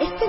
Este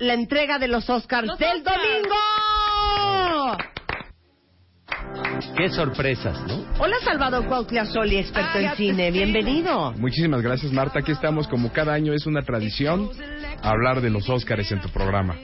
la entrega de los Oscars Los del Oscars. domingo. Qué sorpresas, ¿no? Hola Salvador Cuauhtliazoli, experto Ah, en cine. Bienvenido. Muchísimas gracias, Marta. Aquí estamos, como cada año es una tradición, hablar de los Óscares en tu programa.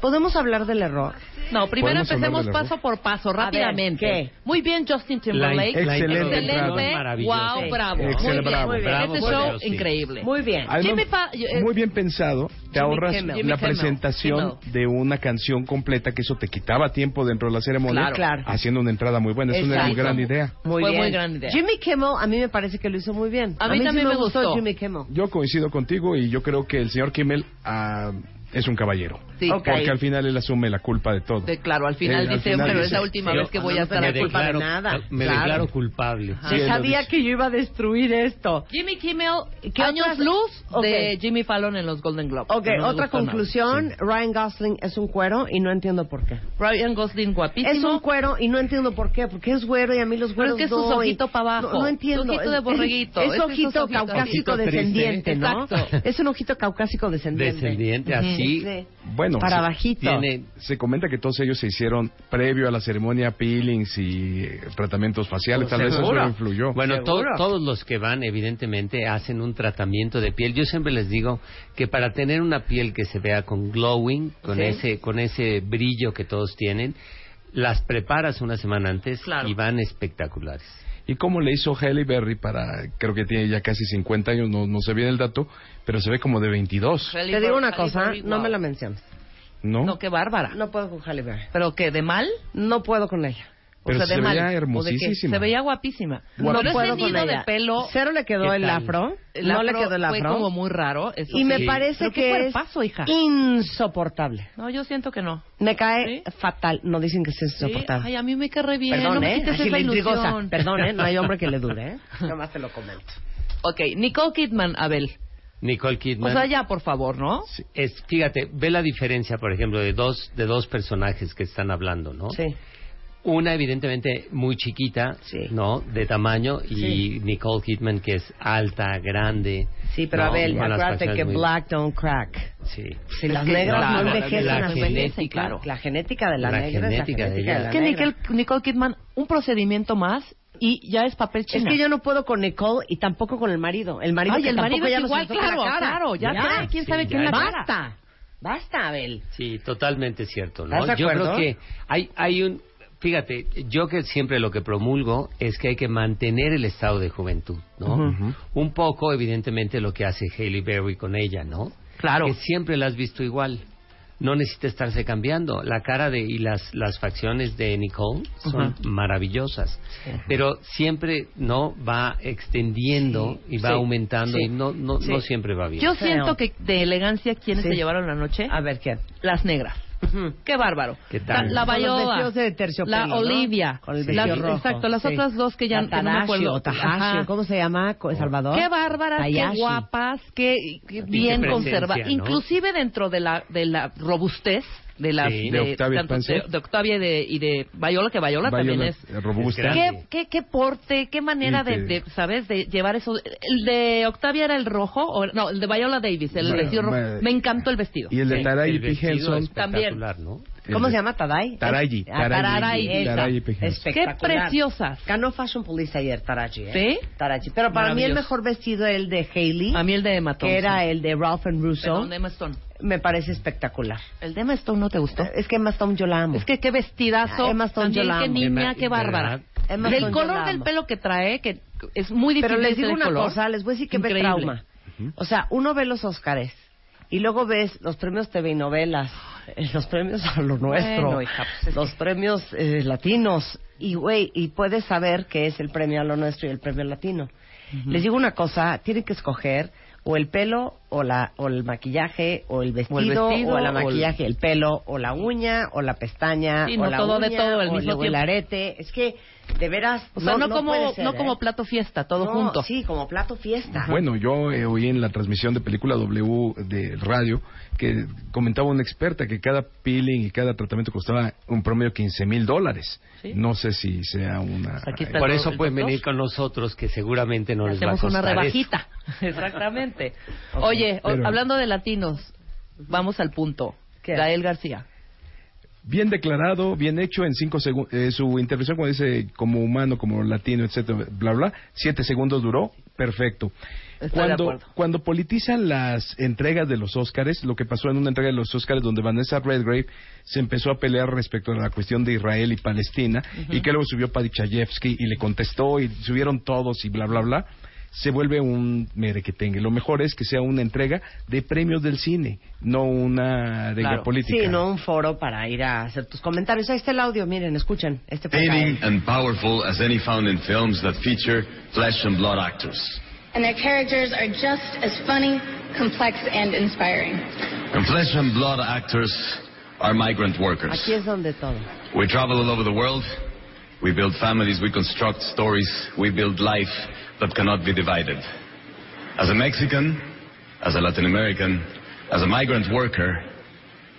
Podemos hablar del error. No, primero Podemos hablar empecemos del paso error. por paso, rápidamente. ¿qué? Muy bien, Justin Timberlake. La- excelente entrada. Maravillosa. Wow, bravo. Excelente, muy bien. bravo, Muy bien. bravo, Este bravo, show, Justin. increíble. Muy bien. Además, Jimmy Pa- yo- eh, Ah, muy bien pensado, te Jimmy ahorras Kimmel. Jimmy la Kimmel. presentación Kimmel. de una canción completa, que eso te quitaba tiempo dentro de la ceremonia, Claro, claro. haciendo una entrada muy buena. Es una Exacto. gran idea. Muy Fue bien. muy gran idea. Jimmy Kimmel, a mí me parece que lo hizo muy bien. A mí también sí me gustó. Jimmy Kimmel. Yo coincido contigo y yo creo que el señor Kimmel ah, es un caballero. Sí. Ok. Porque al final él asume la culpa de todo. de- claro, al final Eh, al dice, final pero es dice, la última yo- vez que no, voy no a estar me a culpa de declaro- nada. Me claro. declaro culpable. Sí, él Yo lo sabía dice. que yo iba a destruir esto. Jimmy Kimmel, ¿Qué años otras- luz de Ok. Jimmy Fallon en los Golden Globes. Ok, No me otra gusta nada. conclusión. Ryan Gosling es un cuero y no entiendo por qué. Ryan Gosling guapísimo. Es un cuero y no entiendo por qué, porque es güero y a mí los Pero es güeros que es un doy. ojito pa' abajo. No, no entiendo. Es ojito de Es- borreguito. Es, Es un ojito ojito caucásico ojito triste. descendiente, ¿no? Exacto. Es un ojito caucásico descendiente. Descendiente, Ujú. así. Sí. Bueno, Para sí, bajito. tiene- Se comenta que todos ellos se hicieron previo a la ceremonia peelings y eh, tratamientos faciales. Pues, Tal vez eso influyó. Bueno, to- Seguro. todos los que van, evidentemente, hacen un tratamiento de piel. Yo siempre les digo que para tener una piel que se vea con glowing, con Sí. ese, con ese brillo que todos tienen, las preparas una semana antes Claro. y van espectaculares. ¿Y cómo le hizo Halle Berry para, creo que tiene ya casi 50 años, no, no sé bien el dato, pero se ve como de 22, Te digo una cosa, no me la menciones. ¿no? Pues, No, qué bárbara. No puedo con Halle Berry. ¿Pero qué, de mal? No puedo con ella. O pero sea, se de mal. veía ¿O de qué? hermosísima. Se veía guapísima. no Pero ese puedo con nido ella. de pelo... Cero le quedó ¿Qué el tal? afro. el no afro le quedó el Fue afro. como muy raro. eso y me sí. parece Pero que qué cuerpazo, es hija. insoportable. No, yo siento que no. Me cae ¿Sí? fatal. No dicen que es Sí, insoportable. Ay, a mí me cae re bien. pues, Perdón, no me ¿eh? quites Así esa lisdigosa. ilusión. Perdón, ¿eh? No hay hombre que le dure, ¿eh? Nomás te lo comento. Ok, Nicole Kidman, Abel. Nicole Kidman. O sea, ya, por favor, ¿no? Sí, es- fíjate, ve la diferencia, por ejemplo, de dos, de dos personajes que están hablando, ¿no? Sí. Una, evidentemente, muy chiquita, Sí. ¿no? De tamaño, Sí. y Nicole Kidman, que es alta, grande. Sí, pero ¿no? Abel, Con las acuérdate facciones que muy- black don't crack. Sí. Si las que negras la- no la- envejecen, la las envejecen, genética. claro. La genética de la, La negra genética es de la genética de, ella. la Es que negra. Nicole, Nicole Kidman, un procedimiento más y ya es papel Es chino. que yo no puedo con Nicole y tampoco con el marido. El marido, Ay, que el tampoco marido ya es nos igual, hizo la claro, cara. claro. Ya, trae, quién sí, sabe ya quién la es. cara. Basta, basta, Abel. Sí, totalmente cierto, ¿no? ¿Estás de Yo acuerdo? creo que hay, hay un... Fíjate, yo que siempre lo que promulgo es que hay que mantener el estado de juventud, ¿no? Ujú. Un poco, evidentemente, lo que hace Hailey Berry con ella, ¿no? Claro. Que siempre la has visto igual. No necesita estarse cambiando. La cara de, y las, las facciones de Nicole son Ujú. maravillosas. Pero siempre, ¿no? Va extendiendo y va Sí. aumentando Sí. y no, no, Sí. no siempre va bien. Yo Feo. siento que de elegancia, ¿quiénes Sí. se llevaron la noche? A ver, ¿qué? Las negras. Qué bárbaro. ¿Qué tal? La, Con los la Bayoda, vestidos de terciopelo, la ¿no? Olivia. Con el la- vestido rojo. Exacto, las Sí. otras dos que ya La que no me acuerdo. Tadashi, Tadashi, Ajá. ¿cómo se llama? Co- Salvador. Qué bárbaras, Tayashi. qué guapas, qué, qué qué bien presencia, conservadas. ¿no? Inclusive dentro de la, de la robustez de la Sí. De Octavia tanto Spencer. de- de Octavia y de, y de Viola, que Viola, también Viola, es eh, robusta. Es ¿Qué, qué, qué porte, qué manera de, Increíble. de, ¿sabes? De llevar eso. El de Octavia era el rojo, o, no, el de Viola Davis, el Bueno, vestido rojo. bueno. Me encantó el vestido. Y el de Sí, Taraji el P. vestido Henson. espectacular, ¿no? ¿Cómo el se de- llama? ¿Tadai? Taraji, Ah, Taraji, Taraji. Taraji P. Henson. Espectacular. Qué preciosas. Ganó Fashion Police ayer, Taraji. ¿eh? ¿Sí? Taraji. Pero para mí el Maravilloso. mejor vestido es el de Hailey, A mí el de Emma Thompson. que era el de Ralph and Russo. Perdón, de Emma Stone. Me parece espectacular. ¿El de Emma Stone no te gustó? Es que Emma Stone yo la amo. Es que qué vestidazo. Ah, Emma Stone, yo también, la qué amo. niña, Emma- qué bárbara. ¿verdad? Emma del Stone, yo la color del amo. pelo que trae, que es muy difícil. Pero les digo decir el una color. cosa, les voy a decir que me Increíble. trauma. O sea, uno ve los Óscares y luego ves los premios TV y novelas, eh, los premios a lo nuestro, Bueno, hija, pues es los premios eh, latinos y güey, y puedes saber qué es el premio a lo nuestro y el premio latino. Les digo una cosa, tienen que escoger o el pelo o, la, o el maquillaje, o el vestido, o, vestido, la o el- maquillaje, el... pelo, o la uña, o la pestaña, Sí, o no, la todo de uña, o, todo al el- mismo o el tiempo. arete. Es que, de veras, O sea, no, como, puede ser, no ¿eh? como plato fiesta, todo No, junto. Sí, como plato fiesta. Bueno, yo eh, oí en la transmisión de película W de radio que comentaba una experta que cada peeling y cada tratamiento costaba un promedio 15 mil dólares. Sí. Pues No sé si sea una... eh, Aquí está Por el- eso el pueden doctor. venir con nosotros, que seguramente no les va a Hacemos una costar eso. rebajita. Exactamente. Oye, o- Pero- hablando de latinos, vamos al punto. ¿Qué? Gael García. bien declarado, bien hecho en cinco segundos. su intervención, cuando dice como humano, como latino, etcétera, bla, bla, siete segundos duró, perfecto. Estoy de Cuando, acuerdo. cuando politizan las entregas de los Óscares, lo que pasó en una entrega de los Óscares donde Vanessa Redgrave se empezó a pelear respecto a la cuestión de Israel y Palestina y que luego subió Padichayevsky y le contestó y subieron todos y bla, bla, bla, se vuelve un merequetengue. Lo mejor es que sea una entrega de premios del cine, no una de Claro. política. Sí, no un foro para ir a hacer tus comentarios. Ahí está el audio, miren, escuchen. Este fue entertaining Gael. and powerful as any found in films that feature flesh and blood actors. and their characters are just as funny, complex, and inspiring. And flesh and blood actors are migrant workers. Aquí es donde todo. We travel all over the world. We build families. We construct stories. We build life that cannot be divided. As a Mexican, as a Latin American, as a migrant worker,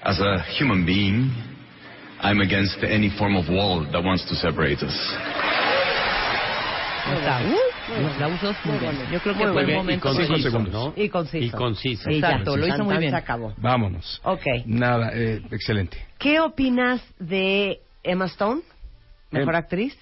as a human being, I'm against any form of wall that wants to separate us. Ahí está. Uh, muy bueno. Aplausos, muy Muy bien. bueno. Yo creo que Muy fue el bien, y momento. Cinco conciso, segundos. ¿no? Y conciso. Y conciso. Y ya, Exacto, lo hizo tan, muy tan, bien. Se acabó. Vámonos. Ok. Nada, eh, excelente. ¿Qué opinas de Emma Stone? ¿Mejor Em- actriz?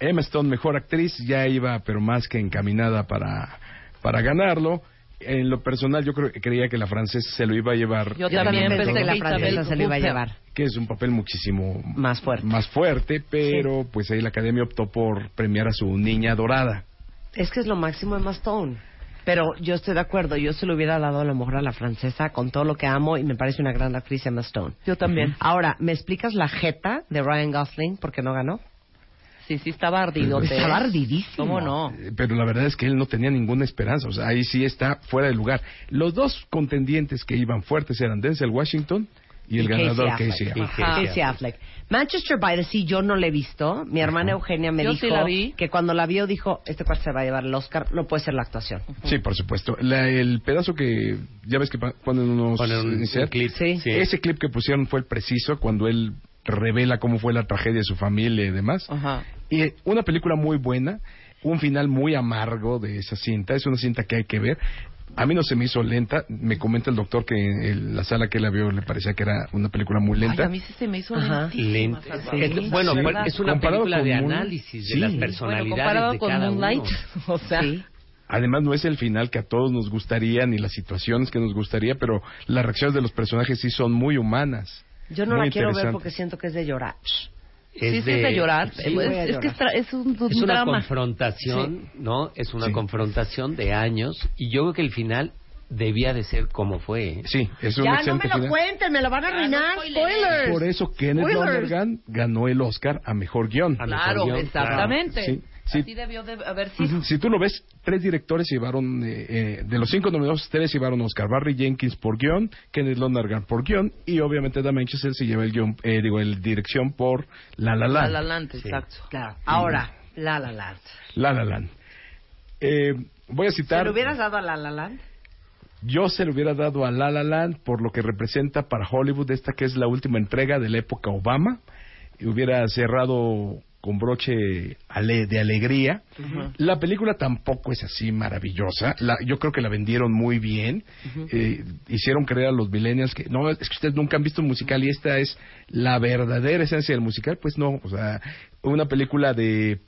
Emma Stone, mejor actriz, ya iba, pero más que encaminada para, para ganarlo. En lo personal, yo creo, creía que la francesa se lo iba a llevar. Yo también en el pensé otro, que la Isabel francesa se lo iba a Huppert. llevar. que es un papel muchísimo Más fuerte. más fuerte, pero pues ahí la academia optó por premiar a su niña dorada. Es que es lo máximo Emma Stone. Pero yo estoy de acuerdo, yo se lo hubiera dado a lo mejor a la francesa con todo lo que amo y me parece una gran actriz Emma Stone. Yo también. Ahora, ¿me explicas la jeta de Ryan Gosling porque no ganó? Sí, sí, estaba ardido. Estaba ardidísimo. ¿Cómo no? Eh, Pero la verdad es que él no tenía ninguna esperanza, o sea, ahí sí está fuera de lugar. Los dos contendientes que iban fuertes eran Denzel Washington y el ganador Casey. Affleck. Affleck. Ajá. Casey Casey Affleck. Manchester by the Sea yo no le he visto. Mi hermana Eugenia me Yo dijo sí la vi. que cuando la vio dijo, este cuarto se va a llevar el Oscar, no puede ser la actuación. Sí, por supuesto. La- el pedazo que ya ves que pa- ponen unos Poner un, un insert. clip. Sí. Ese clip que pusieron fue el preciso cuando él revela cómo fue la tragedia de su familia y demás. Ajá. Y eh, una película muy buena, un final muy amargo de esa cinta. Es una cinta que hay que ver. A mí no se me hizo lenta. Me comenta el doctor que en la sala que la vio le parecía que era una película muy Ay, lenta. a mí sí se me hizo Ajá. lentísima, Lent- Salvador. Es- Sí, bueno, sí, pero ¿verdad? es una Comparado película con de Moon- análisis de Sí. las Bueno, personalidades Bueno, comparado de con cada Moonlight, uno. o sea, Además, no es el final que a todos nos gustaría, ni las situaciones que nos gustaría, pero las reacciones de los personajes sí son muy humanas. Yo no Muy la quiero ver interesantes. porque siento que es de llorar. sí, sí, es de llorar. es, voy a es que es, llorar. tra- es un, un Es una drama. confrontación, ¿no? Es una Sí. confrontación de años y yo creo que el final debía de ser como fue. ¿eh? Sí, es un Ya, no me excelente lo final. cuenten, me lo Ah, van a arruinar. Spoilers. Por eso Kenneth Spoilers. Lonergan ganó el Oscar a mejor guión. A mejor Claro, guión, exactamente. claro. Sí, sí. Así debió de haber sido. Si tú lo ves, tres directores llevaron, eh, eh, de los cinco nominados, tres llevaron Oscar. Barry Jenkins por guión, Kenneth Lonergan por guión, y obviamente Dan Manchester se lleva el guión, eh, digo, el dirección por La La La Land. La La Land, exacto. Claro. Ahora, La La Land. La, Land. Eh, voy a ¿Se citar, lo hubieras dado a La La Land? yo se lo hubiera dado a La La Land por lo que representa para Hollywood esta que es la última entrega de la época Obama, y hubiera cerrado con broche ale- de alegría. La película tampoco es así maravillosa. La- yo creo que la vendieron muy bien. Eh, hicieron creer a los millennials que no, es que ustedes nunca han visto un musical y esta es la verdadera esencia del musical. Pues no, o sea, una película de eh,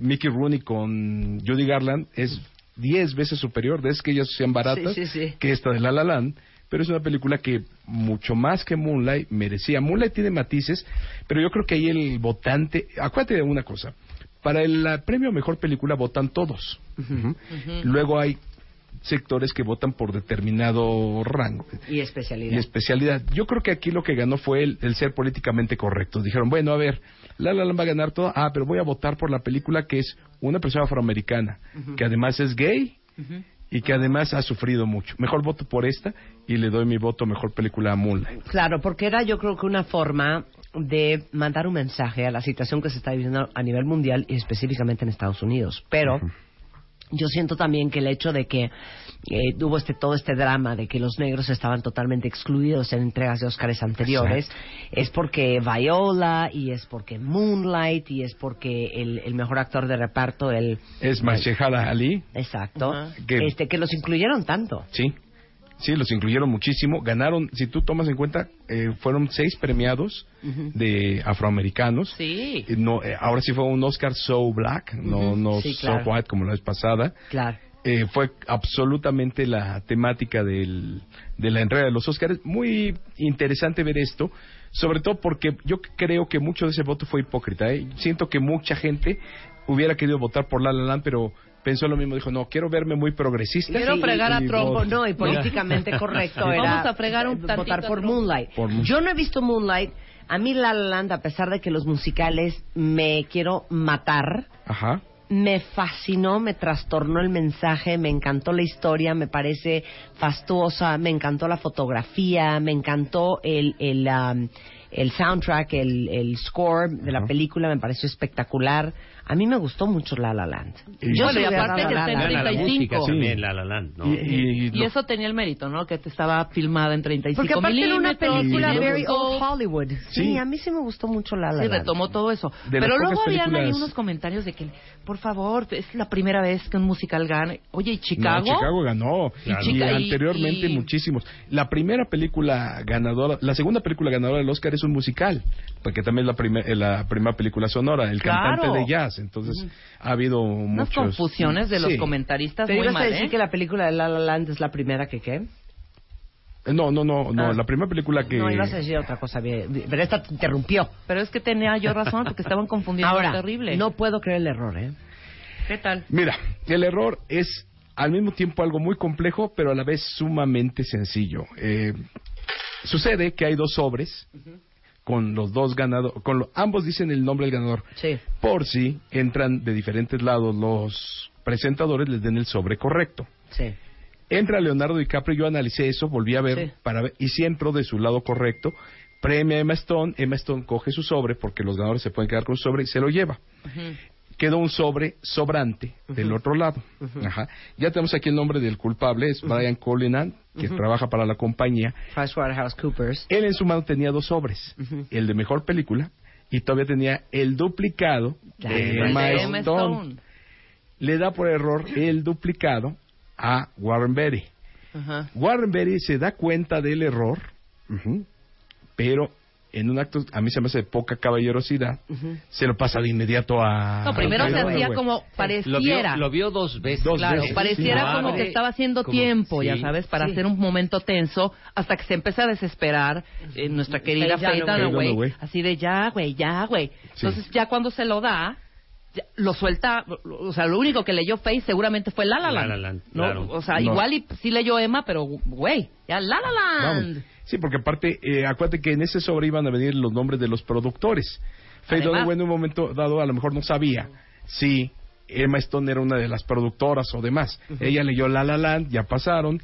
Mickey Rooney con Judy Garland es 10 veces superior, de es que ellas sean baratas, Sí, sí, sí. que esta de La La Land. Pero es una película que mucho más que Moonlight merecía. Moonlight tiene matices, pero yo creo que ahí el votante. Acuérdate de una cosa. Para el ah, premio a Mejor Película votan todos. Ujú. Luego hay sectores que votan por determinado rango Y especialidad. y especialidad. Yo creo que aquí lo que ganó fue el, el ser políticamente correcto. Dijeron, bueno, a ver, La La Land va a ganar todo, ah, pero voy a votar por la película que es una persona afroamericana, que además es gay, y que además ha sufrido mucho. Mejor voto por esta y le doy mi voto a mejor película a Moonlight. Claro, porque era yo creo que una forma de mandar un mensaje a la situación que se está viviendo a nivel mundial y específicamente en Estados Unidos. Pero yo siento también que el hecho de que eh, hubo este, todo este drama de que los negros estaban totalmente excluidos en entregas de Óscares anteriores es porque Viola y es porque Moonlight y es porque el, el mejor actor de reparto, el... Es Mahershala Ali, Exacto. Que- Este, que los incluyeron tanto. sí. Sí, los incluyeron muchísimo. Ganaron, si tú tomas en cuenta, eh, fueron seis premiados de afroamericanos. Sí. Eh, No, eh, ahora sí fue un Oscar so black, no, no sí, so claro. white como la vez pasada. Claro. Eh, fue absolutamente la temática del- de la entrega de los Oscars. Muy interesante ver esto, sobre todo porque yo creo que mucho de ese voto fue hipócrita. ¿eh? Siento que mucha gente hubiera querido votar por La La Land, pero pensó lo mismo. Dijo, no, quiero verme muy progresista. Quiero Y- fregar a y Trump, voto. No, y políticamente correcto Vamos era a fregar un tantito votar por a Trump. Moonlight. Por Moonlight. Yo no he visto Moonlight. A mí La La Land, a pesar de que los musicales me quiero matar, Ajá. me fascinó, me trastornó el mensaje, me encantó la historia, me parece fastuosa, me encantó la fotografía, me encantó el, el, am, el soundtrack, el, el score de la película, me pareció espectacular. A mí me gustó mucho La La Land. Y- Yo Bueno, sí y hubiera aparte dado que La está en La Land. Gana la 35. música Sí. también, La La Land, ¿no? Y, y- Y lo- eso tenía el mérito, ¿no? Que te estaba filmada en 35 Porque aparte era una milímetros, película y luego very todo- old Hollywood. Sí, Sí. a mí sí me gustó mucho La La Sí, Land. retomó todo eso. De las Pero pocas luego habían ahí películas- unos comentarios de que, por favor, es la primera vez que un musical gana. Oye, ¿y Chicago? No, Chicago ganó. Claro. Y, Chica- y- anteriormente y- muchísimos. La primera película ganadora, la segunda película ganadora del Oscar es un musical, porque también es la, primer- eh, la primera película sonora, el Claro. cantante de jazz. Entonces ha habido Unas muchos. confusiones de los Sí. comentaristas Pero muy ibas a mal, decir ¿eh? que la película de La La Land es la primera que qué? No, no, no, no. Ah. La primera película que. No, ibas a decir otra cosa, bien, bien, pero esta te interrumpió. Pero es que tenía yo razón porque estaban confundiendo Ahora, terrible. no puedo creer el error, ¿eh? ¿Qué tal? Mira, el error es al mismo tiempo algo muy complejo, pero a la vez sumamente sencillo. Eh, sucede que hay dos sobres con los dos ganadores, con lo- ambos dicen el nombre del ganador. Sí. por si entran de diferentes lados los presentadores, les den el sobre correcto. Sí. Entra Leonardo DiCaprio, yo analicé eso, volví a ver, Sí. para ver y si entró de su lado correcto, premia a Emma Stone, Emma Stone coge su sobre, porque los ganadores se pueden quedar con su sobre y se lo lleva. Quedó un sobre sobrante del otro lado. Ajá. Ya tenemos aquí el nombre del culpable, es Brian Cullinan, que trabaja para la compañía. PricewaterhouseCoopers. Él en su mano tenía dos sobres, el de mejor película y todavía tenía el duplicado Claro, de el Eh, Emma De Stone. Emma Stone. Le da por error el duplicado a Warren Beatty. Ajá. Warren Beatty se da cuenta del error, ujú, pero en un acto, a mí se me hace de poca caballerosidad, se lo pasa de inmediato a... No, primero a se Hollywood. hacía como Lo vio, pareciera. lo vio dos veces. Dos Claro, veces, pareciera claro. como que estaba haciendo Como- tiempo, ya sí. sabes, para Sí. hacer un momento tenso, hasta que se empieza a desesperar eh, nuestra querida Faye Faye Dunaway. Faye Dunaway, Dunaway. así de ya, güey, ya, güey. Sí. Entonces ya cuando se lo da, ya- lo suelta, o sea, lo único que leyó Faye seguramente fue La La Land. La La Land, ¿no? claro. O sea, No. igual y sí leyó Emma, pero güey, ya La La Land. Vamos. Sí, porque aparte, eh, acuérdate que en ese sobre iban a venir los nombres de los productores. Faye Además. Dunaway en un momento dado a lo mejor no sabía si Emma Stone era una de las productoras o demás. Ella leyó La La Land, ya pasaron,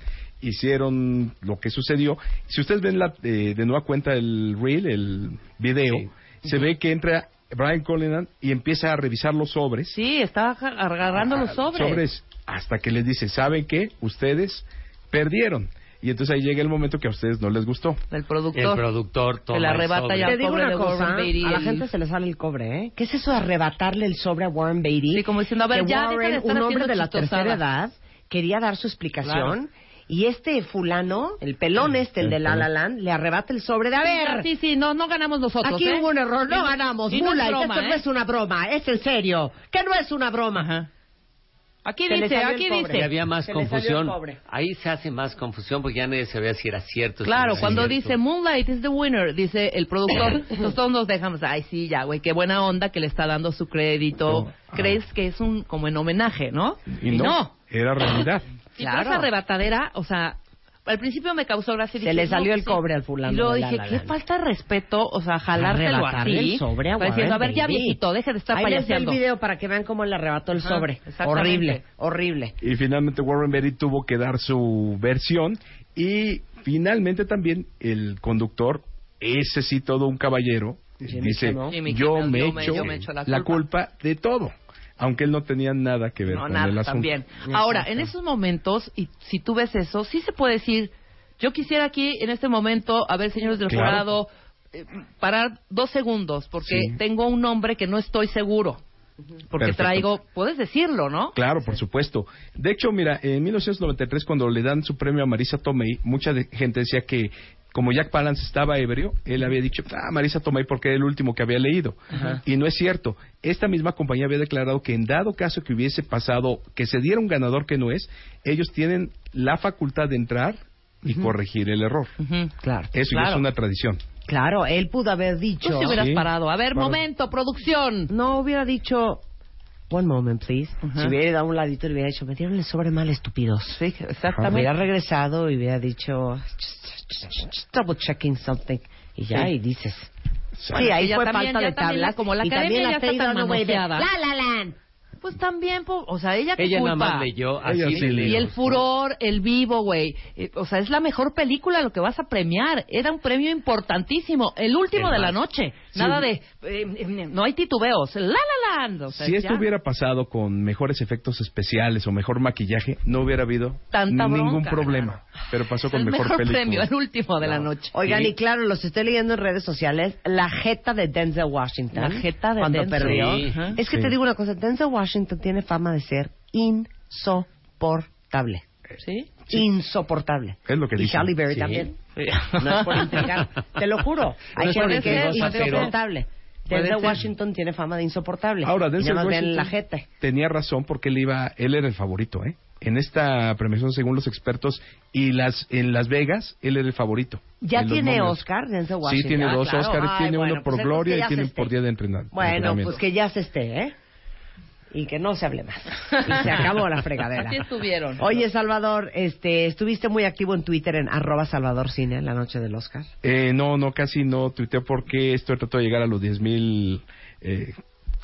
hicieron lo que sucedió. Si ustedes ven la, eh, de nueva cuenta el reel, el video, se ve que entra Brian Cullinan y empieza a revisar los sobres. Sí, estaba ja- agarrando los Ah, sobres. hasta que les dice, ¿saben qué? Ustedes perdieron. Y entonces ahí llega el momento que a ustedes no les gustó. del El productor toma Que la el arrebata sobre. ya. Te digo pobre una de cosa, Warren Beatty, a la el- gente se le sale el cobre, ¿eh? ¿Qué es eso de arrebatarle el sobre a Warren Beatty? Sí, como diciendo, a ver, Que ya, deja de Warren, estar un hombre haciendo de la chistosadas. tercera edad, quería dar su explicación. Y este fulano, el pelón este, el de La La Land, le arrebata el sobre de, a ver, Sí, sí, no, no ganamos nosotros. Aquí ¿eh? hubo un error, Y no ganamos. y Moonlight, no es broma, esto no ¿eh? es una broma, es en serio. Que no es una broma. Aquí Se le dice, salió el aquí cobre. Y dice. había más Se le salió el confusión. cobre. Ahí se hace más confusión porque ya nadie sabía si era cierto. si no Claro, era cuando cierto. dice Moonlight is the winner, dice el productor, nosotros todos nos dejamos, ay sí, ya, güey, qué buena onda que le está dando su crédito. Oh, No, ah. Crees que es un como en homenaje, ¿no? Y no, era realidad. Y pero Claro. esa arrebatadera, o sea, al principio me causó Se gracia. y dije, le "No, salió el sí". cobre al fulano Y luego de La dije, La qué Land". falta de respeto, o sea, jalártelo Arrebatarle así. el sobre a Está diciendo, a Warren ver, ya Baby". viejito, deja de estar Ahí les doy el payaseando. video para que vean cómo le arrebató el Ajá, sobre. exactamente. Horrible, horrible. Y finalmente Warren Berry tuvo que dar su versión y finalmente también el conductor, ese sí todo un caballero, Jimmy dice, Kimmel. Jimmy yo, Kimmel, me yo me- echo yo me echo la la culpa de todo, aunque él no tenía nada que ver No, con nada, el asunto. también. Ahora, en esos momentos, y si tú ves eso, sí se puede decir, yo quisiera aquí, en este momento, a ver, señores del Claro. jurado, eh, parar dos segundos, porque Sí. tengo un nombre que no estoy seguro. Porque Perfecto. traigo, puedes decirlo, ¿no? Claro, por supuesto. De hecho, mira, en 1993 cuando le dan su premio a Marisa Tomei, mucha de- gente decía que como Jack Palance estaba ebrio, él había dicho, ah, Marisa Tomei porque era el último que había leído. Y no es cierto. Esta misma compañía había declarado que en dado caso que hubiese pasado, que se diera un ganador que no es, ellos tienen la facultad de entrar y corregir el error. Ujú. Claro. Eso ya Claro. es una tradición. Claro, él pudo haber Tú dicho. si hubieras Sí. parado. A ver, Claro. momento, producción. No hubiera dicho. One moment, please. Ajá. Si hubiera dado un ladito y le hubiera dicho, me dieron el sobre mal, estúpidos. Sí, Hubiera regresado y hubiera dicho, "Just- just- just- just double checking something. Y ya, Sí. y dices. Sí, Bueno, ahí ya fue también- falta ya de también la- tablas. como la y academia también ya la está Taylor tan no güey, de, manoseada. La La Land. Pues también, po- o sea, ella qué Ella culpa. nada más leyó así. Ella sí de- leyó. Y el furor, el vivo, güey. Eh, O sea, es la mejor película lo que vas a premiar. Era un premio importantísimo, el último de la noche. Nada de, eh, eh, no hay titubeos. La la land. O sea, si esto ya. hubiera pasado con mejores efectos especiales o mejor maquillaje, no hubiera habido Tanta ningún bronca. problema. Pero pasó Es con el mejor, mejor película. premio, el último de la noche. Oigan, Sí. y claro, los estoy leyendo en redes sociales. La jeta de Denzel Washington. La jeta de Cuando Denzel. perdió. Sí. Ajá. Es que Sí. te digo una cosa, Denzel Washington tiene fama de ser insoportable. ¿Sí? Insoportable. Es lo que y dicen. Halle Berry Sí. también. No es por intrigar, te lo juro. Hay No es por gente que es intrigosa, pero- insoportable. Puede Denzel ser. Washington tiene fama de insoportable. Ahora, y Denzel nada más ven Washington la jeta. tenía razón porque él iba, él era el favorito, ¿eh? En esta premiación, según los expertos, y las en Las Vegas, él era el favorito. ¿Ya En los tiene momios. Oscar Denzel Sí, Washington? tiene Ah, dos claro. Oscars, Ay, tiene bueno, uno por pues entonces gloria que y ya tiene se uno por esté. día de entrenamiento. Bueno, entrenamiento. pues que ya se esté, ¿eh? Y que no se hable más. Y se acabó la fregadera. Así estuvieron. Oye, Salvador, este, estuviste muy activo en Twitter en arroba Salvador Cine la noche del Oscar. Eh, no, no, casi no tuiteo porque esto trató de llegar a los 10.000, mil, eh,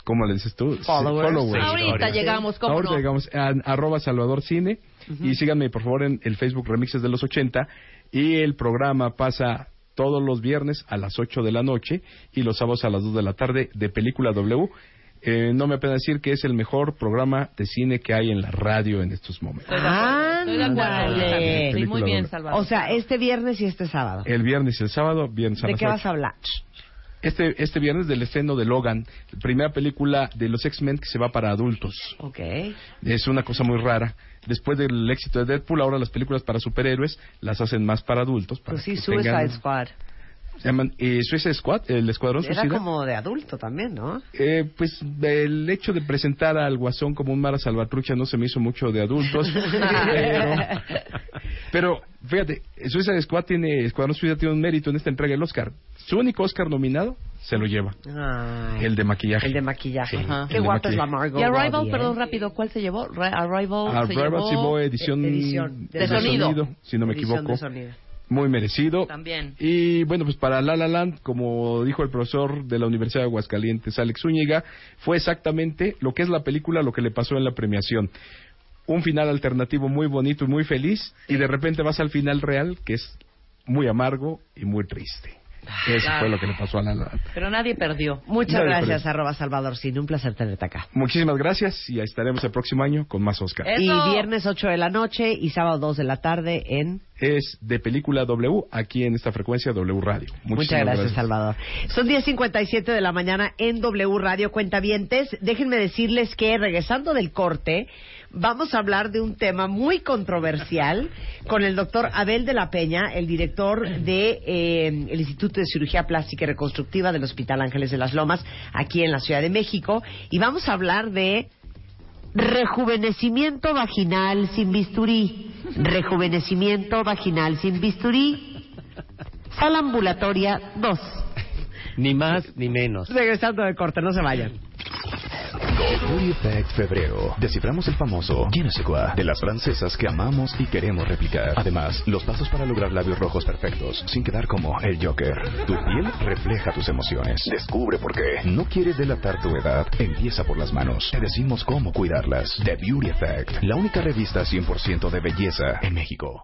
¿cómo le dices tú? Followers. Ahorita llegamos, ¿cómo Ahorita no? llegamos a arroba Salvador Cine y síganme por favor en el Facebook Remixes de los 80 y el programa pasa todos los viernes a las 8 de la noche y los sábados a las 2 de la tarde de Película W. Eh, no me apena decir que es el mejor programa de cine que hay en la radio en estos momentos. Estoy de acuerdo, estoy de acuerdo. Ándale. Sí, muy bien, Película Salvador. O sea, este viernes y este sábado. El viernes y el sábado, viernes a ¿De las qué 8. vas a hablar? Este, este viernes del estreno de Logan, primera película de los X-Men que se va para adultos. Ok. Es una cosa muy rara. Después del éxito de Deadpool, ahora las películas para superhéroes las hacen más para adultos. Para Pues sí, que Suicide tengan- Squad. Se llaman, eh, Suicide Squad, el Escuadrón Era Suicida. como de adulto también, ¿no? Eh, pues el hecho de presentar al Guasón como un mala salvatrucha no se me hizo mucho de adultos. pero, pero, fíjate, Suicide Squad tiene, Escuadrón Suicida tiene un mérito en esta entrega del Oscar. Su único Oscar nominado se lo lleva. Ay. El de maquillaje. El de maquillaje. Sí, Ajá. el Qué de guapa es la maquillaje. Margot y Arrival, Robbie, ¿eh? perdón, rápido, ¿cuál se llevó? Ra- Arrival, se A Brad Pitt llevó... llevó edición, Edición de, de sonido, sonido. si no me Edición equivoco. de sonido. Muy merecido. También. Y bueno, pues para La La Land, como dijo el profesor de la Universidad de Aguascalientes, Alex Zúñiga, fue exactamente lo que es la película, lo que le pasó en la premiación. Un final alternativo muy bonito y muy feliz, y de repente vas al final real, que es muy amargo y muy triste. Ah, Eso claro. fue lo que le pasó a La La Land. Pero nadie perdió. Muchas Nadie gracias, perdió. arroba Salvador Cine. Un placer tenerte acá. Muchísimas gracias y ahí estaremos el próximo año con más Oscar. ¡Eso! Y viernes 8 de la noche y sábado 2 de la tarde en... es de película W aquí en esta frecuencia W Radio. Muchas Muchísimas gracias, Salvador. Son 10.57 de la mañana en W Radio Cuentavientes. Déjenme decirles que, regresando del corte, vamos a hablar de un tema muy controversial con el doctor Abel de la Peña, el director del de, eh, el Instituto de Cirugía Plástica y Reconstructiva del Hospital Ángeles de las Lomas, aquí en la Ciudad de México. Y vamos a hablar de Rejuvenecimiento vaginal sin bisturí. Rejuvenecimiento vaginal sin bisturí. Sala ambulatoria 2. Ni más ni menos. Regresando de corte, no se vayan. mundo. Body Effect Febrero. Desciframos el famoso Je ne sais quoi de las francesas que amamos y queremos replicar. Además, los pasos para lograr labios rojos perfectos sin quedar como el Joker. Tu piel refleja tus emociones. Descubre por qué. No quieres delatar tu edad. Empieza por las manos. Te decimos cómo cuidarlas. The Beauty Effect. La única revista 100% de belleza en México.